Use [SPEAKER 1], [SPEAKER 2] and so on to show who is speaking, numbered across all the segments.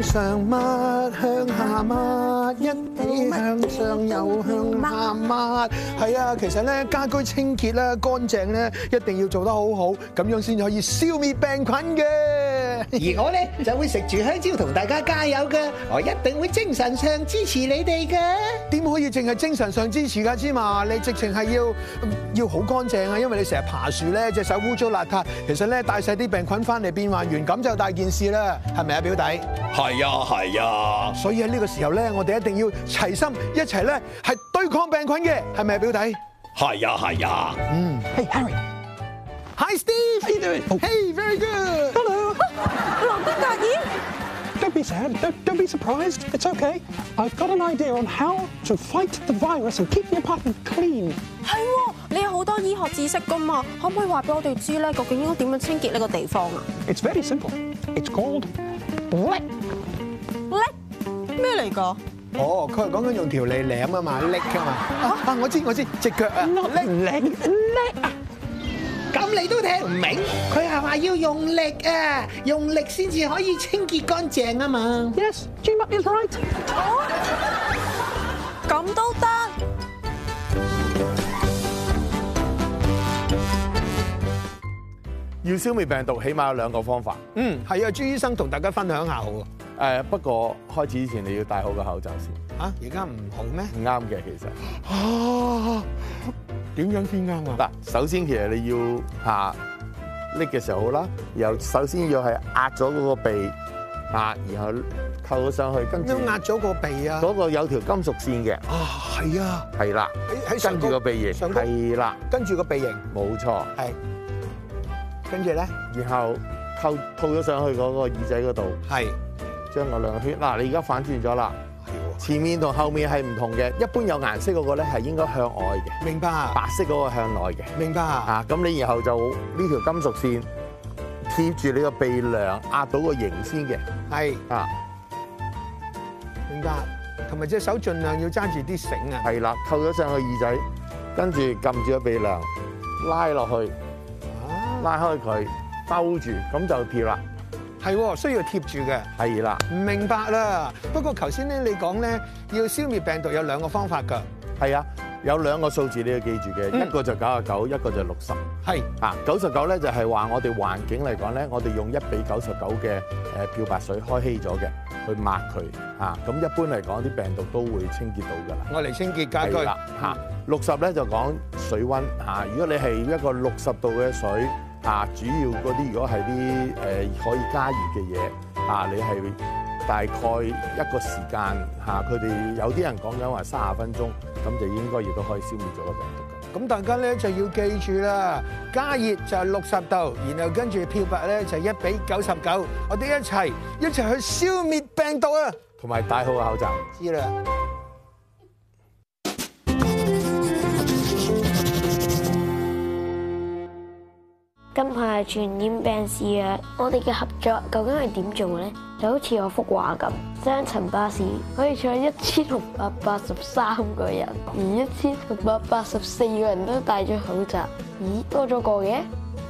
[SPEAKER 1] 上抹，向下抹，一起向上又向下抹。係啊，其實咧家居清潔咧乾淨咧，一定要做得好好，咁樣先可以消滅病菌嘅。
[SPEAKER 2] 而我咧就會食住香蕉同大家加油嘅，我一定會精神上支持你哋嘅。
[SPEAKER 1] 點可以淨係精神上支持㗎？芝麻，你直情係要嗯要好乾淨啊！因為你成日爬樹咧，隻手污糟邋遢，其實咧帶晒啲病菌翻嚟變患源，咁就大件事啦，係咪啊，表弟？
[SPEAKER 3] 係啊係啊，
[SPEAKER 1] 所以喺呢個時候咧，我哋一定要齊心一齊咧，係對抗病菌嘅，係咪啊，表弟
[SPEAKER 3] 係啊係啊，
[SPEAKER 4] Hey Harry，
[SPEAKER 1] ？Hi Steve, how you doing? Hey, very good.
[SPEAKER 4] hello.
[SPEAKER 5] 落得突然，
[SPEAKER 4] Don't be sad. Don't, don't be surprised. It's okay. I've got an idea on how to fight the virus and keep the apartment clean.
[SPEAKER 5] 係喎，你有好多醫學知識噶嘛？可唔可以話俾我哋知咧？究竟應該點樣清潔呢個地方啊？
[SPEAKER 4] It's very simple. It's called lick.
[SPEAKER 5] 叻咩嚟㗎？
[SPEAKER 1] 哦，佢係講緊用條脷舐啊嘛，拎啊嘛。啊啊，我知我知，隻腳啊，
[SPEAKER 4] Not lick, lick, lick.
[SPEAKER 2] 咁你都聽唔明？佢係話要用力啊，用力先至可以清潔乾淨啊嘛。
[SPEAKER 4] Yes, Jima is right.
[SPEAKER 5] 咁都得？
[SPEAKER 6] 要消滅病毒，起碼有兩個方法。
[SPEAKER 1] 嗯，係啊，朱醫生同大家分享下好啊。
[SPEAKER 6] 誒、不過開始之前你要戴好個口罩先，
[SPEAKER 1] 啊，而家唔好咩？
[SPEAKER 6] 唔啱嘅其實。
[SPEAKER 1] 啊，點樣先啱啊？
[SPEAKER 6] 嗱，首先其實你要嚇拎嘅時候好啦，又首先要係壓咗嗰個鼻嚇，然後扣咗上去，跟住
[SPEAKER 1] 點樣壓咗個鼻啊？
[SPEAKER 6] 嗰個有條金屬線嘅，
[SPEAKER 1] 啊，係啊。
[SPEAKER 6] 係啦，
[SPEAKER 1] 喺喺上
[SPEAKER 6] 跟住個鼻型，
[SPEAKER 1] 上高
[SPEAKER 6] 係啦，
[SPEAKER 1] 跟住個鼻型
[SPEAKER 6] 冇錯，
[SPEAKER 1] 係，跟住咧
[SPEAKER 6] 然後扣套咗上去嗰個耳仔嗰度，
[SPEAKER 1] 係
[SPEAKER 6] 將嗰兩個圈。嗱，你而家反轉咗啦，
[SPEAKER 1] 係
[SPEAKER 6] 前面同後面係唔同嘅，一般有顏色嗰個咧係應該向外嘅，
[SPEAKER 1] 喎，明白啊，
[SPEAKER 6] 白色嗰個向內嘅。
[SPEAKER 1] 明白啊，
[SPEAKER 6] 啊，咁你然後就呢條金屬線貼住你個鼻梁，壓到個形先嘅。
[SPEAKER 1] 係
[SPEAKER 6] 啊，
[SPEAKER 1] 明白，同埋隻手盡量要揸住啲繩啊，
[SPEAKER 6] 係啦，扣咗上去耳仔，跟住撳住個鼻梁，拉落去，
[SPEAKER 1] 啊
[SPEAKER 6] 拉開佢，兜住，咁就貼啦。
[SPEAKER 1] 係喎，需要貼住嘅。
[SPEAKER 6] 係啦，
[SPEAKER 1] 明白啦，不過頭先咧你講咧要消滅病毒有兩個方法㗎，
[SPEAKER 6] 係啊，有兩個數字你要記住嘅，
[SPEAKER 1] 嗯
[SPEAKER 6] 一個就九十九，一個就六十。
[SPEAKER 1] 係
[SPEAKER 6] 啊，九十九咧就係話我哋環境嚟講咧，我哋用一比九十九嘅誒漂白水開稀咗嘅去抹佢。啊，咁一般嚟講啲病毒都會清潔到㗎啦。
[SPEAKER 1] 我嚟清潔家居
[SPEAKER 6] 係，啦嚇。六十咧就講水温嚇，如果你係一個六十度嘅水嚇，主要嗰啲如果係啲誒可以加熱嘅嘢嚇，你係大概一個時間嚇，佢哋有啲人講緊話三十分鐘，咁就應該亦都可以消滅咗個病毒㗎。
[SPEAKER 1] 咁大家咧就要記住啦，加熱就係六十度，然後跟住漂白咧就一比九十九，我哋一齊一齊去消滅病毒啊！
[SPEAKER 6] 同埋戴好個口罩。
[SPEAKER 1] 知啦。
[SPEAKER 7] 金牌傳染病肆虐，我哋嘅合作究竟係點做呢？就好似我幅畫咁，雙層巴士可以坐一千六百八十三個人，而一千六百八十四個人都戴咗口罩。咦，多咗個嘅？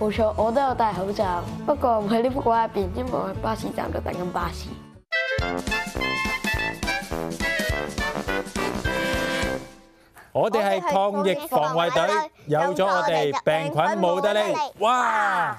[SPEAKER 7] 冇錯，我都有戴口罩，不過唔喺呢幅畫入邊，因為我喺巴士站度等緊巴士。
[SPEAKER 8] 我哋係抗疫防衞隊，有咗我哋，病菌冇得匿。哇！